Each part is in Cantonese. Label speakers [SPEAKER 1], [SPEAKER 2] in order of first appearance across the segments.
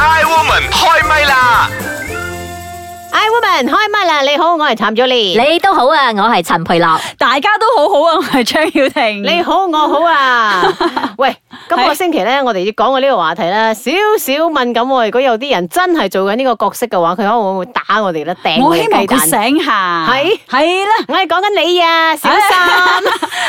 [SPEAKER 1] I Woman 開唛啦！
[SPEAKER 2] I woman 開唛啦！你好，我係譚玉蓮。
[SPEAKER 3] 你都好啊，我係陳培樂。
[SPEAKER 4] 大家都好好啊，我係張曉婷。
[SPEAKER 2] 你好，我好 啊！喂，今個星期咧，我哋要講嘅呢個話題咧，少少敏感喎。如果有啲人真係做緊呢個角色嘅話，佢可能會打我哋咧，掟
[SPEAKER 4] 我
[SPEAKER 2] 哋
[SPEAKER 4] 希望
[SPEAKER 2] 雞
[SPEAKER 4] 佢
[SPEAKER 2] 蛋。
[SPEAKER 4] 醒下。
[SPEAKER 2] 係
[SPEAKER 4] 係啦，
[SPEAKER 2] 我係講緊你啊， 小心！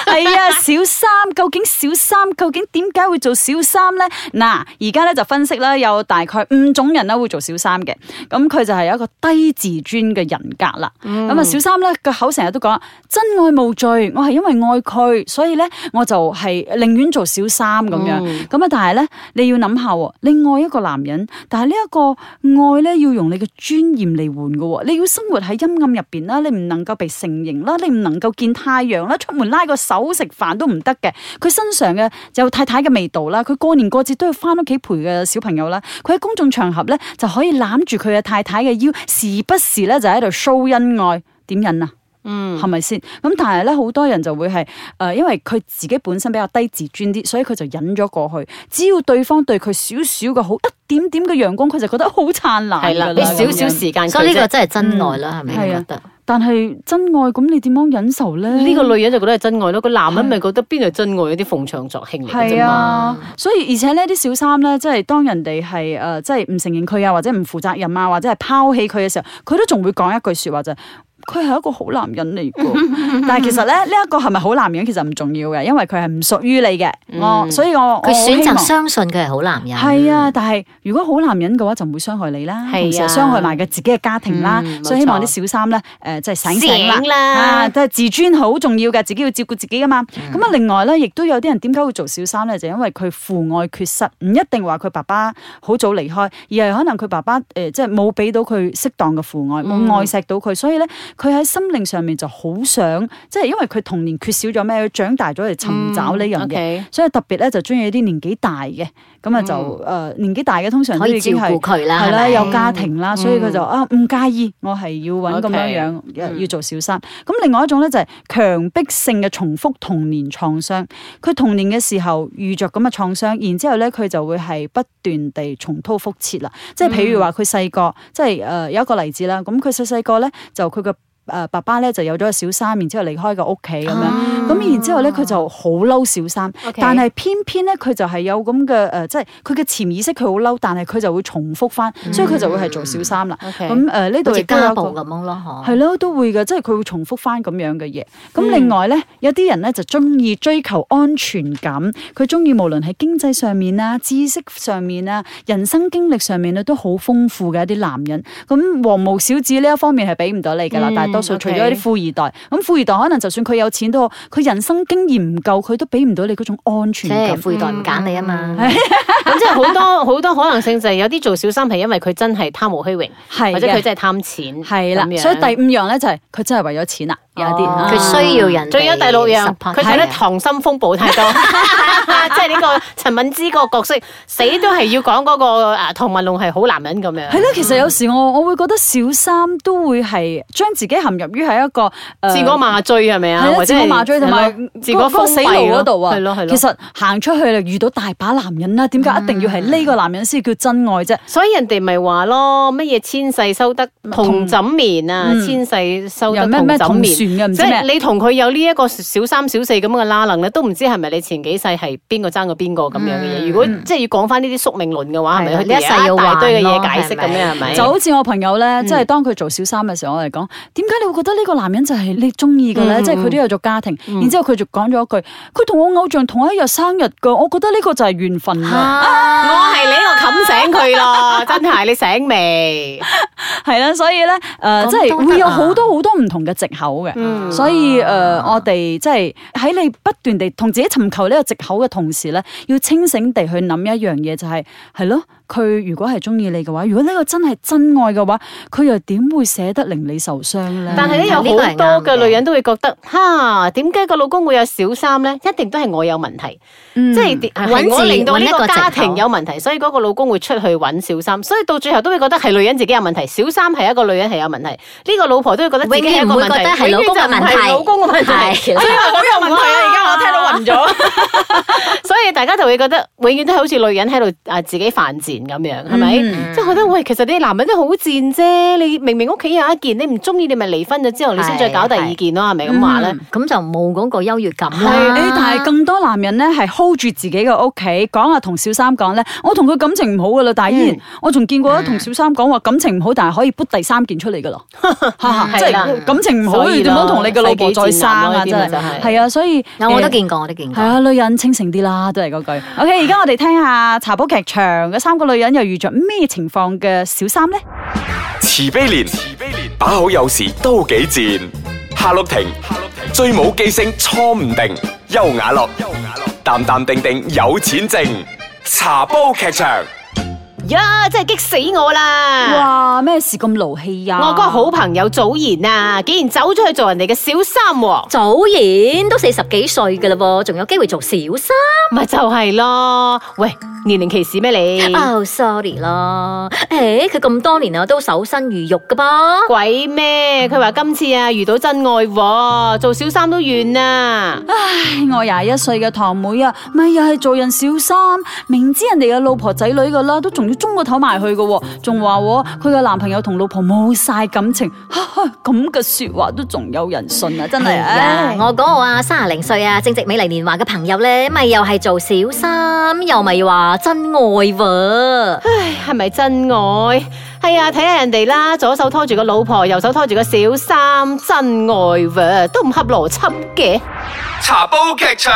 [SPEAKER 4] 係啊，小三究竟小三究竟點解會做小三咧？嗱，而家咧就分析啦，有大概五種人啦會做小三嘅，咁佢就係有一個低自尊嘅人格啦。咁
[SPEAKER 2] 嗯
[SPEAKER 4] 啊、小三咧個口成日都講真愛無罪，我係因為愛佢，所以咧我就係寧願做小三咁樣。咁啊、但係咧你要諗下喎，你愛一個男人，但係呢一個愛咧要用你嘅尊嚴嚟換嘅喎，你要生活喺陰暗入邊啦，你唔能夠被承認啦，你唔能夠見太陽啦，出門拉個手食飯都唔得嘅。佢身上嘅有太太嘅味道啦，佢過年過節都要翻屋企陪嘅小朋友啦，佢喺公眾場合咧就可以攬住佢嘅太太嘅腰，時不時咧就喺度 show 恩愛，點忍啊？嗯，係咪先？咁但係咧，好多人就會係誒、呃因為佢自己本身比較低自尊啲，所以佢就忍咗過去。只要對方對佢少少嘅好一點點嘅陽光，佢就覺得好燦爛㗎
[SPEAKER 2] 係啦，
[SPEAKER 4] 啦。
[SPEAKER 2] 俾少
[SPEAKER 4] 咁
[SPEAKER 2] 少
[SPEAKER 4] 樣
[SPEAKER 2] 時間佢啫。
[SPEAKER 3] 所以呢個真係真愛啦，係咪？
[SPEAKER 4] 係
[SPEAKER 3] 我
[SPEAKER 4] 啊
[SPEAKER 3] 覺得
[SPEAKER 4] 但係真愛咁，你點樣忍受咧？
[SPEAKER 2] 呢個女人就覺得係真愛咯，個男人咪覺得邊度係真愛，有啲逢場作興嚟嘅
[SPEAKER 4] 係
[SPEAKER 2] 啫嘛。
[SPEAKER 4] 啊，所以而且呢啲小三咧，即係當人哋係誒，即係唔承認佢啊，或者唔負責任啊，或者係拋棄佢嘅時候，佢都仲會講一句説話就係佢係一個好男人嚟㗎， 但係其實咧，呢一個係咪好男人其實唔重要嘅，因為佢係唔屬於你嘅。 我所以我
[SPEAKER 3] 佢選擇
[SPEAKER 4] 我希望
[SPEAKER 3] 相信佢係好男人。
[SPEAKER 4] 係啊，但係如果好男人嘅話，就唔會傷害你啦，
[SPEAKER 2] 係啊
[SPEAKER 4] 同時又傷害埋佢自己嘅家庭啦。
[SPEAKER 2] 嗯
[SPEAKER 4] 所以希望
[SPEAKER 2] 冇
[SPEAKER 4] 啲
[SPEAKER 2] 錯
[SPEAKER 4] 小三咧，誒、即係醒醒啦
[SPEAKER 2] 醒，啦
[SPEAKER 4] 啊，即係自尊好重要嘅，自己要照顧自己噶嘛。
[SPEAKER 3] 嗯
[SPEAKER 4] 咁啊、另外咧，亦都有啲人點解會做小三咧，就因為佢父愛缺失，唔一定話佢爸爸好早離開，而係可能佢爸爸誒、呃即係冇俾到佢適當嘅父愛，冇、
[SPEAKER 3] 嗯
[SPEAKER 4] 愛錫到佢，所以咧佢喺心靈上面就好想，即係因為佢童年缺少咗咩，佢長大咗嚟尋找呢
[SPEAKER 3] 嗯
[SPEAKER 4] 樣嘢。
[SPEAKER 2] OK，
[SPEAKER 4] 所以特別咧就中意啲年紀大嘅，咁啊就誒、呃年紀大嘅通常
[SPEAKER 3] 嗯
[SPEAKER 4] 都
[SPEAKER 3] 可以
[SPEAKER 4] 已
[SPEAKER 3] 照
[SPEAKER 4] 經係
[SPEAKER 3] 顧佢啦，
[SPEAKER 4] 係
[SPEAKER 3] 係
[SPEAKER 4] 啦，
[SPEAKER 3] 咪？嗯
[SPEAKER 4] 有家庭啦，所以佢就啊唔介意，我係要揾咁
[SPEAKER 2] OK，
[SPEAKER 4] 樣樣，呃要做小三。咁另外一種咧就係強迫性嘅重複童年創傷，佢童年嘅時候遇着咁嘅創傷，然之後咧佢就會係不斷地重蹈覆轍啦。即係
[SPEAKER 3] 嗯
[SPEAKER 4] 譬如話佢細個，即係誒有一個例子啦，咁佢細細個咧就佢嘅誒爸爸咧就有咗個小三，然之後離開個屋企咁
[SPEAKER 3] 啊
[SPEAKER 4] 樣。咁、然之後咧，佢就好嬲小三
[SPEAKER 2] OK
[SPEAKER 4] 但係偏偏咧佢就係有咁嘅誒，即係佢嘅潛意識佢好嬲，但係佢就會重複翻，所以佢就會係做小三啦。
[SPEAKER 2] OK
[SPEAKER 4] 咁 誒呢
[SPEAKER 3] 嗯好
[SPEAKER 4] 度
[SPEAKER 3] 似
[SPEAKER 4] 亦都有
[SPEAKER 3] 家
[SPEAKER 4] 一
[SPEAKER 3] 暴
[SPEAKER 4] 個
[SPEAKER 3] 咁樣咯，
[SPEAKER 2] 哦
[SPEAKER 4] 係
[SPEAKER 3] 嗬。
[SPEAKER 4] 咯，都會嘅，即係佢會重複翻咁樣嘅嘢。
[SPEAKER 2] 嗯
[SPEAKER 4] 咁另外咧，有啲人咧就中意追求安全感，佢中意無論係經濟上面啊、知識上面啊、人生經歷上面咧都好豐富嘅一啲男人。咁黃毛小子呢一方面係俾唔到你㗎啦，
[SPEAKER 2] 嗯
[SPEAKER 4] 大多數
[SPEAKER 2] OK
[SPEAKER 4] 除咗一啲富二代，咁富二代可能就算佢有錢都好，佢人生經驗唔夠，佢都俾唔到你嗰種安
[SPEAKER 3] 即
[SPEAKER 4] 全
[SPEAKER 3] 係
[SPEAKER 4] 感。
[SPEAKER 3] 富二代唔揀你啊嘛，
[SPEAKER 2] 咁即係好多好多可能性就係有啲做小三係因為佢真係貪慕虛榮，
[SPEAKER 4] 係
[SPEAKER 2] 或者佢
[SPEAKER 4] 嘅，
[SPEAKER 2] 真係貪錢，
[SPEAKER 4] 係啦
[SPEAKER 2] 咁。樣
[SPEAKER 4] 所以第五樣咧就係佢真係為咗錢啦，有一啲
[SPEAKER 2] 哦
[SPEAKER 4] 啊
[SPEAKER 3] 佢需要人哋
[SPEAKER 2] 仲有第六樣，
[SPEAKER 3] support
[SPEAKER 2] 佢睇得
[SPEAKER 3] 係啊
[SPEAKER 2] 溏心風暴太多， 即係呢個陳敏之個角色，死都係要講嗰個啊唐文龍係好男人咁
[SPEAKER 4] 係
[SPEAKER 2] 樣，
[SPEAKER 4] 咯，其實有時我我會覺得小三都會係將自己陷入於係一個誒、呃
[SPEAKER 2] 自我麻醉係咪啊？
[SPEAKER 4] 係咯
[SPEAKER 2] 或者
[SPEAKER 4] 自
[SPEAKER 2] 係
[SPEAKER 4] 我麻醉同埋
[SPEAKER 2] 係咯
[SPEAKER 4] 嗰
[SPEAKER 2] 自我
[SPEAKER 4] 嗰個
[SPEAKER 2] 封
[SPEAKER 4] 死路
[SPEAKER 2] 閉咯
[SPEAKER 4] 嗰度啊。
[SPEAKER 2] 係咯係咯。
[SPEAKER 4] 其實行出去啦，遇到大把男人啦，點解一定要係呢個男人先叫真愛啫？
[SPEAKER 2] 所以人哋咪話咯，乜嘢千世修得同枕眠啊，
[SPEAKER 4] 嗯
[SPEAKER 2] 千世修得
[SPEAKER 4] 有咩咩
[SPEAKER 2] 枕
[SPEAKER 4] 同
[SPEAKER 2] 眠。啊
[SPEAKER 4] 船嘅唔
[SPEAKER 2] 即
[SPEAKER 4] 知
[SPEAKER 2] 係
[SPEAKER 4] 咩？
[SPEAKER 2] 你同佢有呢一個小三小四咁嘅拉楞咧，都唔知係咪你前幾世係邊個爭過邊個咁樣嘅嘢。如果即係要講翻呢啲宿命論嘅話，係咪
[SPEAKER 3] 係啊
[SPEAKER 2] 佢哋
[SPEAKER 3] 呢一世
[SPEAKER 2] 有
[SPEAKER 3] 要
[SPEAKER 2] 一大堆嘅嘢
[SPEAKER 3] 還
[SPEAKER 2] 解釋
[SPEAKER 3] 咯
[SPEAKER 2] 咁樣係咪？
[SPEAKER 4] 就好似我朋友
[SPEAKER 2] 嗯
[SPEAKER 4] 咧，即係當佢做小三嘅時候，我嚟講，點解你會覺得呢個男人就係你中意嘅咧？
[SPEAKER 2] 嗯
[SPEAKER 4] 即係佢都有咗家庭，然之後佢就講咗一句：佢同我偶像同一日生日㗎，我覺得呢個就係緣分啊啦。
[SPEAKER 2] 我係你，我冚醒佢咯，真係你醒未？
[SPEAKER 4] 係啦，所以咧，誒、
[SPEAKER 3] 咁
[SPEAKER 4] 即係
[SPEAKER 3] 都得
[SPEAKER 4] 會有
[SPEAKER 3] 啊
[SPEAKER 4] 好多好多唔同嘅藉口嘅，所以誒、呃我哋即係喺你不斷地同自己尋求呢個藉口嘅同時咧，要清醒地去諗一樣嘢，就係係咯，佢如果係中意你嘅話，如果呢個真係真愛嘅話，佢又點會捨得令你受傷咧？
[SPEAKER 2] 但係咧，有好
[SPEAKER 3] 呢個係啱
[SPEAKER 2] 多嘅
[SPEAKER 3] 嘅
[SPEAKER 2] 女人都會覺得，哈，點解個老公會有小三咧？一定都係我有問題，
[SPEAKER 4] 嗯
[SPEAKER 2] 即係
[SPEAKER 3] 揾
[SPEAKER 2] 係我
[SPEAKER 3] 自
[SPEAKER 2] 令到呢
[SPEAKER 3] 揾一
[SPEAKER 2] 個
[SPEAKER 3] 個藉口
[SPEAKER 2] 家庭有問題，所以嗰個老公會出去揾小三，所以到最後都會覺得係女人自己有問題，小三係一個女人係有問題，呢個老婆都會覺得自己係一個
[SPEAKER 3] 永遠唔會
[SPEAKER 2] 問題，
[SPEAKER 3] 覺得係老公嘅
[SPEAKER 2] 永遠就唔
[SPEAKER 3] 問題
[SPEAKER 2] 係老公嘅問題，所以
[SPEAKER 3] 係
[SPEAKER 2] 話咁有問題啊！ 而家我聽到暈
[SPEAKER 4] 咗，
[SPEAKER 2] 所以大家就會覺得永遠都係好似女人喺度啊自己犯賤，賤咁樣，係咪？
[SPEAKER 4] 嗯
[SPEAKER 2] 即係覺得喂，其實你男人都好賤啫，你明明屋企有一件，你唔中意，你咪離婚咗之後，你先再搞第二件咯，係咪咁話咧？
[SPEAKER 3] 咁就冇嗰個優越感
[SPEAKER 4] 係，
[SPEAKER 3] 啦。
[SPEAKER 4] 誒但係更多男人咧係 hold 住自己嘅屋企，講啊同小三講咧，我同佢感情唔好噶啦，但係依然
[SPEAKER 2] 嗯
[SPEAKER 4] 我仲見過同小三講話感情唔好，但係可以撥第三件出嚟 噶咯，哈哈即
[SPEAKER 2] 係啦
[SPEAKER 4] 係感情唔好，
[SPEAKER 2] 所以
[SPEAKER 4] 你點樣同你嘅老婆
[SPEAKER 2] 咯
[SPEAKER 4] 再生啊？
[SPEAKER 2] 世紀賤男咯呢
[SPEAKER 4] 真
[SPEAKER 2] 啲咪就係
[SPEAKER 4] 係係啊，所以
[SPEAKER 3] 嗱，我都
[SPEAKER 4] 誒
[SPEAKER 3] 見過，我都見過
[SPEAKER 4] 係。啊，女人清醒啲啦，都係嗰句。OK，而家我哋聽下茶煲劇場嘅三個女人又遇着咩情況嘅小三咧？
[SPEAKER 1] 慈悲蓮，慈悲蓮，把口有時都幾賤。夏綠庭，夏綠庭，最冇記性錯唔定。優雅樂，優雅樂，淡淡定定有錢剩。茶煲劇場，
[SPEAKER 2] 呀，真係激死我啦！
[SPEAKER 4] 哇，咩事咁勞氣呀？
[SPEAKER 2] 我嗰個好朋友祖賢啊，竟然走咗去做人哋嘅小三喎，
[SPEAKER 3] 早演都四十幾歲噶啦噃，仲有機會做小三？
[SPEAKER 2] 咪就係咯。喂，年齡歧視咩你？
[SPEAKER 4] 嗯
[SPEAKER 3] 哦、s o r r y 啦。誒，佢咁多年啊，都守身如玉噶噃。
[SPEAKER 2] 鬼咩？佢話今次啊遇到真愛喎，做小三都怨啊！
[SPEAKER 4] 我廿一歲嘅堂妹啊，咪又係做人小三，明知人哋嘅老婆仔女噶啦，都仲要中個頭埋去嘅喎，仲話喎佢嘅男朋友同老婆冇晒感情，哈哈咁嘅説話都仲有人信啊！真係，
[SPEAKER 3] 係啊
[SPEAKER 4] 唉，
[SPEAKER 3] 我嗰個啊三廿零歲啊，正值美麗年華嘅朋友咧，咪又係做小三，又咪話真愛 喎。
[SPEAKER 2] 唉，係咪真愛？係啊，睇下人哋啦，左手拖住個老婆，右手拖住個小三，真愛喎，都唔合邏輯嘅。
[SPEAKER 1] 茶煲劇場。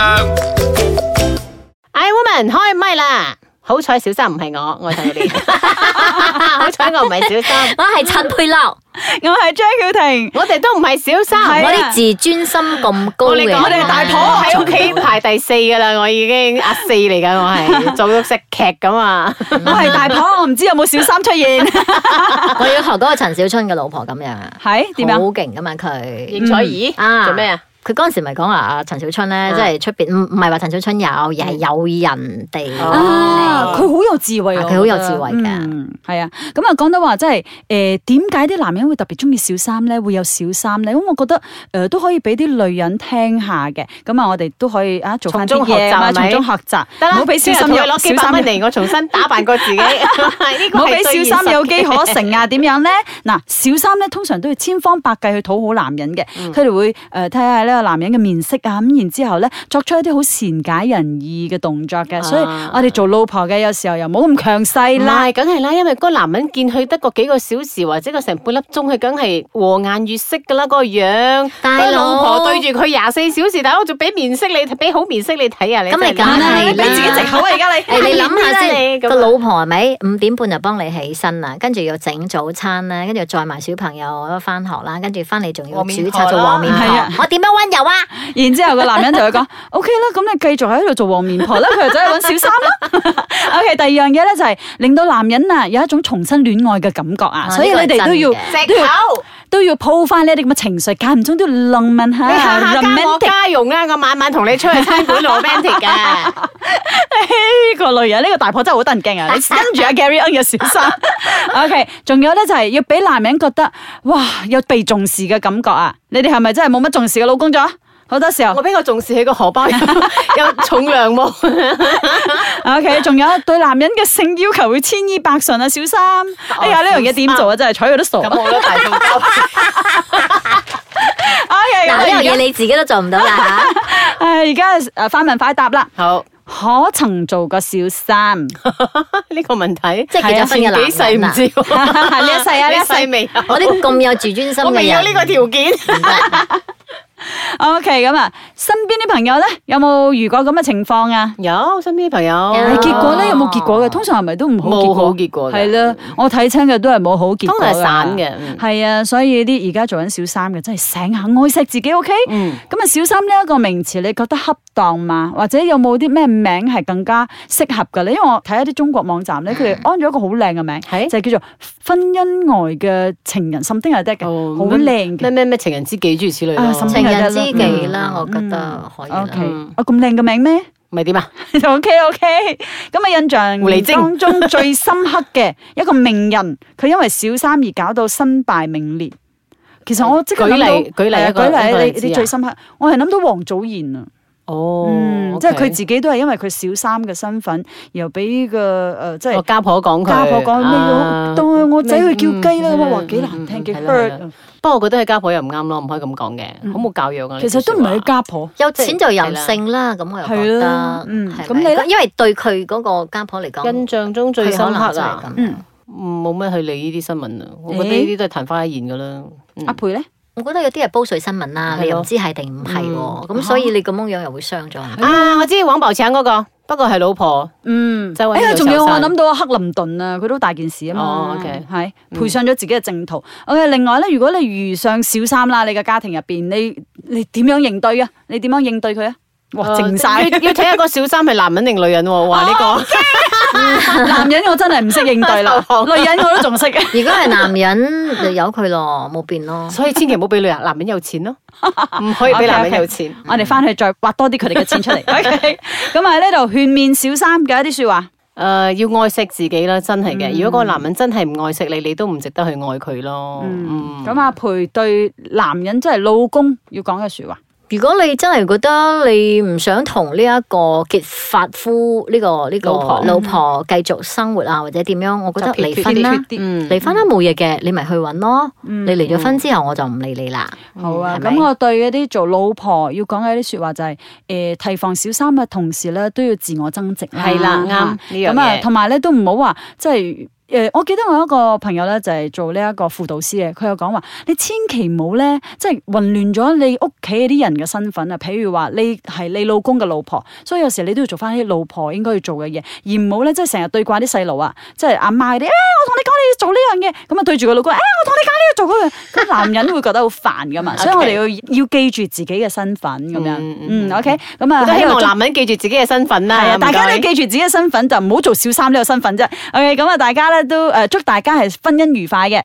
[SPEAKER 2] I woman 開咪啦！好彩小三唔係我，我睇你。好彩我唔係小三，
[SPEAKER 3] 我啊係陳佩樂，
[SPEAKER 4] 我係張曉婷，
[SPEAKER 2] 我哋都唔係小
[SPEAKER 4] 係啊
[SPEAKER 2] 三。
[SPEAKER 3] 我
[SPEAKER 2] 我
[SPEAKER 3] 啲自尊心咁高
[SPEAKER 2] 我
[SPEAKER 3] 嘅
[SPEAKER 2] 哋
[SPEAKER 3] 人
[SPEAKER 2] 講
[SPEAKER 3] 啊，
[SPEAKER 4] 我哋係大婆
[SPEAKER 2] 喺屋企排第四噶啦，我已經阿四嚟噶，我係做到食劇咁啊！
[SPEAKER 4] 我係大婆，我唔知有冇小三出現，
[SPEAKER 3] 我要學嗰個陳小春嘅老婆咁樣啊，
[SPEAKER 4] 係點
[SPEAKER 3] 好
[SPEAKER 4] 樣？
[SPEAKER 3] 勁噶嘛佢。
[SPEAKER 2] 應采兒
[SPEAKER 3] 啊
[SPEAKER 2] 做咩啊？
[SPEAKER 3] 佢嗰陣時咪講話啊陳小春咧，
[SPEAKER 2] 啊
[SPEAKER 3] 即係出邊唔唔係話陳小春有，而係
[SPEAKER 4] 嗯
[SPEAKER 3] 有人哋
[SPEAKER 2] 哦
[SPEAKER 4] 啊！佢好有智慧啊，
[SPEAKER 3] 啊
[SPEAKER 4] 我
[SPEAKER 3] 佢好有
[SPEAKER 4] 覺得
[SPEAKER 3] 智慧㗎
[SPEAKER 4] 嗯係啊，咁啊講到話即係誒點解啲男人會特別中意小三咧？會有小三咧？咁我覺得誒、呃都可以俾啲女人聽下嘅。咁啊，我哋都可以啊做翻啲
[SPEAKER 2] 從中學
[SPEAKER 4] 嘢
[SPEAKER 2] 習
[SPEAKER 4] 啊，
[SPEAKER 2] 係
[SPEAKER 4] 從
[SPEAKER 2] 咪
[SPEAKER 4] 中學習，
[SPEAKER 2] 得
[SPEAKER 4] 唔
[SPEAKER 2] 啦，
[SPEAKER 4] 好俾小三
[SPEAKER 2] 聽
[SPEAKER 4] 有
[SPEAKER 2] 日同佢攞幾
[SPEAKER 4] 小
[SPEAKER 2] 百
[SPEAKER 4] 三
[SPEAKER 2] 蚊嚟，我重新打扮過 自己。呢
[SPEAKER 4] 唔
[SPEAKER 2] 個
[SPEAKER 4] 好
[SPEAKER 2] 係
[SPEAKER 4] 俾
[SPEAKER 2] 最
[SPEAKER 4] 小三
[SPEAKER 2] 現實
[SPEAKER 4] 有機
[SPEAKER 2] 嘅
[SPEAKER 4] 可乘啊！點樣咧？嗱，小三咧通常都要千方百計去討好男人嘅，
[SPEAKER 2] 嗯
[SPEAKER 4] 佢哋會呃誒睇下呢個男人嘅面色啊，咁然之後咧作出一啲好善解人意嘅動作嘅，所以
[SPEAKER 2] 啊
[SPEAKER 4] 我哋做老婆嘅有時候又冇咁強勢
[SPEAKER 2] 唔
[SPEAKER 4] 啦。
[SPEAKER 2] 係，梗係啦，因為嗰個男人見佢得個幾個小時或者個成半粒鐘，佢梗係和顏悅色噶啦個樣。
[SPEAKER 3] 大佬
[SPEAKER 2] 個老婆對住佢廿四小時，大佬仲俾面色你，俾好面色你睇啊！你
[SPEAKER 3] 咁咪
[SPEAKER 2] 真係
[SPEAKER 3] 梗係啦
[SPEAKER 2] 你俾自己藉口啊！而家 你
[SPEAKER 3] 誒，你諗下先，個
[SPEAKER 2] 咁啊
[SPEAKER 3] 老婆係咪五點半就幫你起身啦？跟住要整早餐啦，跟住載埋小朋友翻學啦，跟住翻嚟仲要
[SPEAKER 2] 黃面
[SPEAKER 3] 煮
[SPEAKER 2] 婆
[SPEAKER 3] 茶做
[SPEAKER 2] 啦
[SPEAKER 3] 黃面
[SPEAKER 4] 係啊
[SPEAKER 3] 婆。我點樣温柔啊？
[SPEAKER 4] 然之後個男人就會講：O K 啦，咁你繼續喺度做黃面婆啦，佢就走去揾小三啦。O、k 第二樣嘢咧就係、令到男人啊有一種重新戀愛嘅感覺啊，
[SPEAKER 3] 啊
[SPEAKER 4] 所以你
[SPEAKER 3] 呢個係
[SPEAKER 4] 哋都要
[SPEAKER 3] 真嘅
[SPEAKER 2] 藉口，
[SPEAKER 4] 都要鋪翻呢啲咁嘅情緒，間唔中都要浪漫下
[SPEAKER 2] 你下下加我
[SPEAKER 4] romantic
[SPEAKER 2] 家用啊！我晚晚同你出去餐館 romantic 嘅。
[SPEAKER 4] 呢個女人呢、個大婆真係好得人驚啊！你跟住阿 Gary On 嘅小三。O K，仲有咧就係、要俾男人覺得哇有被重視嘅感覺啊！你哋係咪真係冇乜重視嘅老公咗？ 好多時候
[SPEAKER 2] 我。比較重視佢個荷包有 有重量喎。
[SPEAKER 4] O K，仲有對男人嘅性要求會千依百順啊，小三。哎呀，呢樣嘢點做啊？真係睬佢都傻。O
[SPEAKER 2] 冇咗大眾包。
[SPEAKER 4] K，
[SPEAKER 3] 嗱，呢樣嘢
[SPEAKER 4] 嘢，
[SPEAKER 3] 你自己都做唔到啦
[SPEAKER 4] 唉，而家诶快問快答啦。
[SPEAKER 2] 好，
[SPEAKER 4] 可曾做過小三？
[SPEAKER 2] 呢個問題
[SPEAKER 3] 即係結咗婚嘅男人啊
[SPEAKER 2] 前幾世 唔知喎，
[SPEAKER 4] 呢一世啊呢 一世
[SPEAKER 2] 未啊
[SPEAKER 3] 嚇！我啲咁有自尊心
[SPEAKER 2] 我未
[SPEAKER 3] 嘅
[SPEAKER 2] 有呢
[SPEAKER 3] 人，
[SPEAKER 2] 個條 件。
[SPEAKER 4] O K，咁啊，身邊啲朋友咧有冇遇過咁嘅情況啊？
[SPEAKER 2] 有身邊啲朋友
[SPEAKER 3] 有
[SPEAKER 4] 唉，結果咧有冇結果嘅？通常係咪都唔好
[SPEAKER 2] 啊
[SPEAKER 4] 結
[SPEAKER 2] 冇
[SPEAKER 4] 果？
[SPEAKER 2] 好結果嘅嗯
[SPEAKER 4] 係啦，我睇親嘅都係冇好結
[SPEAKER 2] 通
[SPEAKER 4] 果㗎
[SPEAKER 2] 常係散嘅嗯
[SPEAKER 4] 係啊，所以啲而家做緊小三嘅真係醒下愛惜自己，OK？
[SPEAKER 2] 嗯
[SPEAKER 4] 咁啊，小三呢一個名詞，你覺得恰當嘛？或者有冇啲咩名係更加適合嘅咧？因為我睇一啲中國網站咧，佢哋安咗一個好靚嘅名，
[SPEAKER 2] 嗯係
[SPEAKER 4] 就係叫做婚姻外嘅情人，甚丁係得嘅，
[SPEAKER 2] 哦
[SPEAKER 4] 好靚
[SPEAKER 2] 咩
[SPEAKER 4] 嘅。
[SPEAKER 2] 咩咩情人知己諸如此類
[SPEAKER 4] 啊
[SPEAKER 2] 咯
[SPEAKER 4] 甚，至
[SPEAKER 3] 情人知己啦，我覺得可以啦
[SPEAKER 4] O。K，哦
[SPEAKER 2] 嗯
[SPEAKER 4] 咁靚嘅名咩
[SPEAKER 2] 咪點啊？
[SPEAKER 4] ？O K O K，咁啊印
[SPEAKER 2] 狐狸
[SPEAKER 4] 象
[SPEAKER 2] 精
[SPEAKER 4] 當中最深刻嘅一個名人，佢因為小三而搞到身敗名裂。其實我即刻諗到
[SPEAKER 2] 哦舉例舉例
[SPEAKER 4] 係啊
[SPEAKER 2] 一個一個
[SPEAKER 4] 舉例
[SPEAKER 2] 例子
[SPEAKER 4] 你你
[SPEAKER 2] 啊
[SPEAKER 4] 最深刻，我係諗到王祖賢啊。
[SPEAKER 2] 哦，
[SPEAKER 4] 嗯，即係佢
[SPEAKER 2] OK
[SPEAKER 4] 自己都係因為佢小三嘅身份，然後俾個誒、呃即
[SPEAKER 2] 我
[SPEAKER 4] 係
[SPEAKER 2] 家婆哦講佢，
[SPEAKER 4] 家婆講咩
[SPEAKER 2] 啊
[SPEAKER 4] 要當係我仔去叫雞啦，
[SPEAKER 2] 嗯
[SPEAKER 4] 哇，
[SPEAKER 2] 嗯
[SPEAKER 4] 幾
[SPEAKER 2] 嗯
[SPEAKER 4] 難聽，幾
[SPEAKER 2] 係啦係
[SPEAKER 4] hurt 啊
[SPEAKER 2] 啦。不過我覺得佢家婆又唔啱咯，唔可以咁講嘅，好冇教養啊。
[SPEAKER 4] 嗯其實都唔係佢家婆，
[SPEAKER 3] 有錢就任性啦，咁我又覺
[SPEAKER 4] 係
[SPEAKER 3] 得
[SPEAKER 4] 啦，嗯
[SPEAKER 3] 係咪
[SPEAKER 4] 咁你咧
[SPEAKER 3] 因為對佢嗰個家婆嚟講，
[SPEAKER 2] 印象中最
[SPEAKER 3] 佢可
[SPEAKER 2] 深
[SPEAKER 3] 能
[SPEAKER 2] 刻
[SPEAKER 3] 真係
[SPEAKER 2] 啊，
[SPEAKER 3] 咁。
[SPEAKER 4] 嗯
[SPEAKER 2] 嗯冇乜去理呢啲新聞啊。我覺得
[SPEAKER 4] 咦
[SPEAKER 2] 呢啲都係曇花一現噶啦。嗯
[SPEAKER 4] 阿培咧，
[SPEAKER 3] 我覺得有啲係煲水新聞啦，
[SPEAKER 2] 係咯
[SPEAKER 3] 你又唔知係定唔係喎，咁所以你咁樣樣又會傷咗人。
[SPEAKER 2] 啊，我知揾爆搶嗰個，不過係老婆。
[SPEAKER 4] 嗯，
[SPEAKER 2] 周圍
[SPEAKER 4] 哎呀，
[SPEAKER 2] 都
[SPEAKER 4] 仲有
[SPEAKER 2] 受
[SPEAKER 4] 我
[SPEAKER 2] 傷
[SPEAKER 4] 諗到啊，克林頓啊，佢都大件事啊
[SPEAKER 2] 哦
[SPEAKER 4] 嘛
[SPEAKER 2] ，OK，
[SPEAKER 4] 係賠上咗自己嘅正途。OK，另外咧，如果你遇上小三啦，你嘅家庭入邊，你你點樣應對啊？你點樣應對佢啊？哇，靜
[SPEAKER 2] 哦要
[SPEAKER 4] 晒！
[SPEAKER 2] 要睇下個小三係男人定女人喎。 哇，呢個
[SPEAKER 4] 男人我真係唔識應對啦，女人我都仲識嘅。
[SPEAKER 3] 如果係男人，就由佢咯，冇變咯。
[SPEAKER 2] 所以千祈唔好俾女啊人男人有 錢咯，唔可以俾男人有錢。
[SPEAKER 4] 我哋翻去再挖多啲佢哋嘅錢出嚟。OK，咁啊喺呢度勸勉小三嘅一啲說話。
[SPEAKER 2] 誒、要愛惜自己啦，真係
[SPEAKER 4] 嗯
[SPEAKER 2] 嘅。如果個男人真係唔愛惜你，你都唔值得去愛佢咯。嗯，
[SPEAKER 4] 咁阿培對男人即係老公要講嘅說話。
[SPEAKER 3] 如果你真係覺得你唔想同呢一個結髮夫呢、個呢、個
[SPEAKER 2] 老婆
[SPEAKER 3] 老婆繼續生活啊，或者點樣，我覺得
[SPEAKER 4] 就撇
[SPEAKER 3] 離婚啦
[SPEAKER 4] 撇，啲
[SPEAKER 2] 嗯
[SPEAKER 3] 離婚啦冇嘢嘅，你咪去揾咯。你離咗婚之後，我就唔理你啦。
[SPEAKER 2] 嗯
[SPEAKER 4] 嗯好啊，
[SPEAKER 3] 係咪
[SPEAKER 4] 咁我對嗰啲做老婆要講嘅一啲說話就係、誒、提防小三嘅同時咧，都要自我增值啦。
[SPEAKER 2] 係啦啱
[SPEAKER 4] 嚇
[SPEAKER 2] 呢樣
[SPEAKER 4] 咁啊，
[SPEAKER 2] 嘢
[SPEAKER 4] 同埋咧都唔好話即係。誒、我記得我有一個朋友咧，就係、做呢一個輔導師嘅，佢又講話：你千祈唔好咧，即係混亂咗你屋企啲人嘅身份啊。譬如話，你係你老公嘅老婆，所以有時你都要做翻啲老婆應該要做嘅嘢，而唔好咧即係成日對掛啲細路啊，即係阿媽嗰啲，誒、我同你講你要做呢樣嘢，咁啊對住個老公，誒、我同你講你要做嗰樣，咁男人會覺得好煩噶嘛，所以我哋要要記住自己嘅身份咁樣，
[SPEAKER 2] 嗯嗯
[SPEAKER 4] 嗯，OK，咁啊
[SPEAKER 2] 我都希
[SPEAKER 4] 喺度
[SPEAKER 2] 望
[SPEAKER 4] 祝
[SPEAKER 2] 男人記住自己嘅身份啦。
[SPEAKER 4] 係啊，
[SPEAKER 2] 唔
[SPEAKER 4] 大
[SPEAKER 2] 該
[SPEAKER 4] 家都記住自己嘅身份，就唔好做小三呢個身份啫。OK，咁啊，大家咧都誒、呃祝大家係婚姻愉快嘅。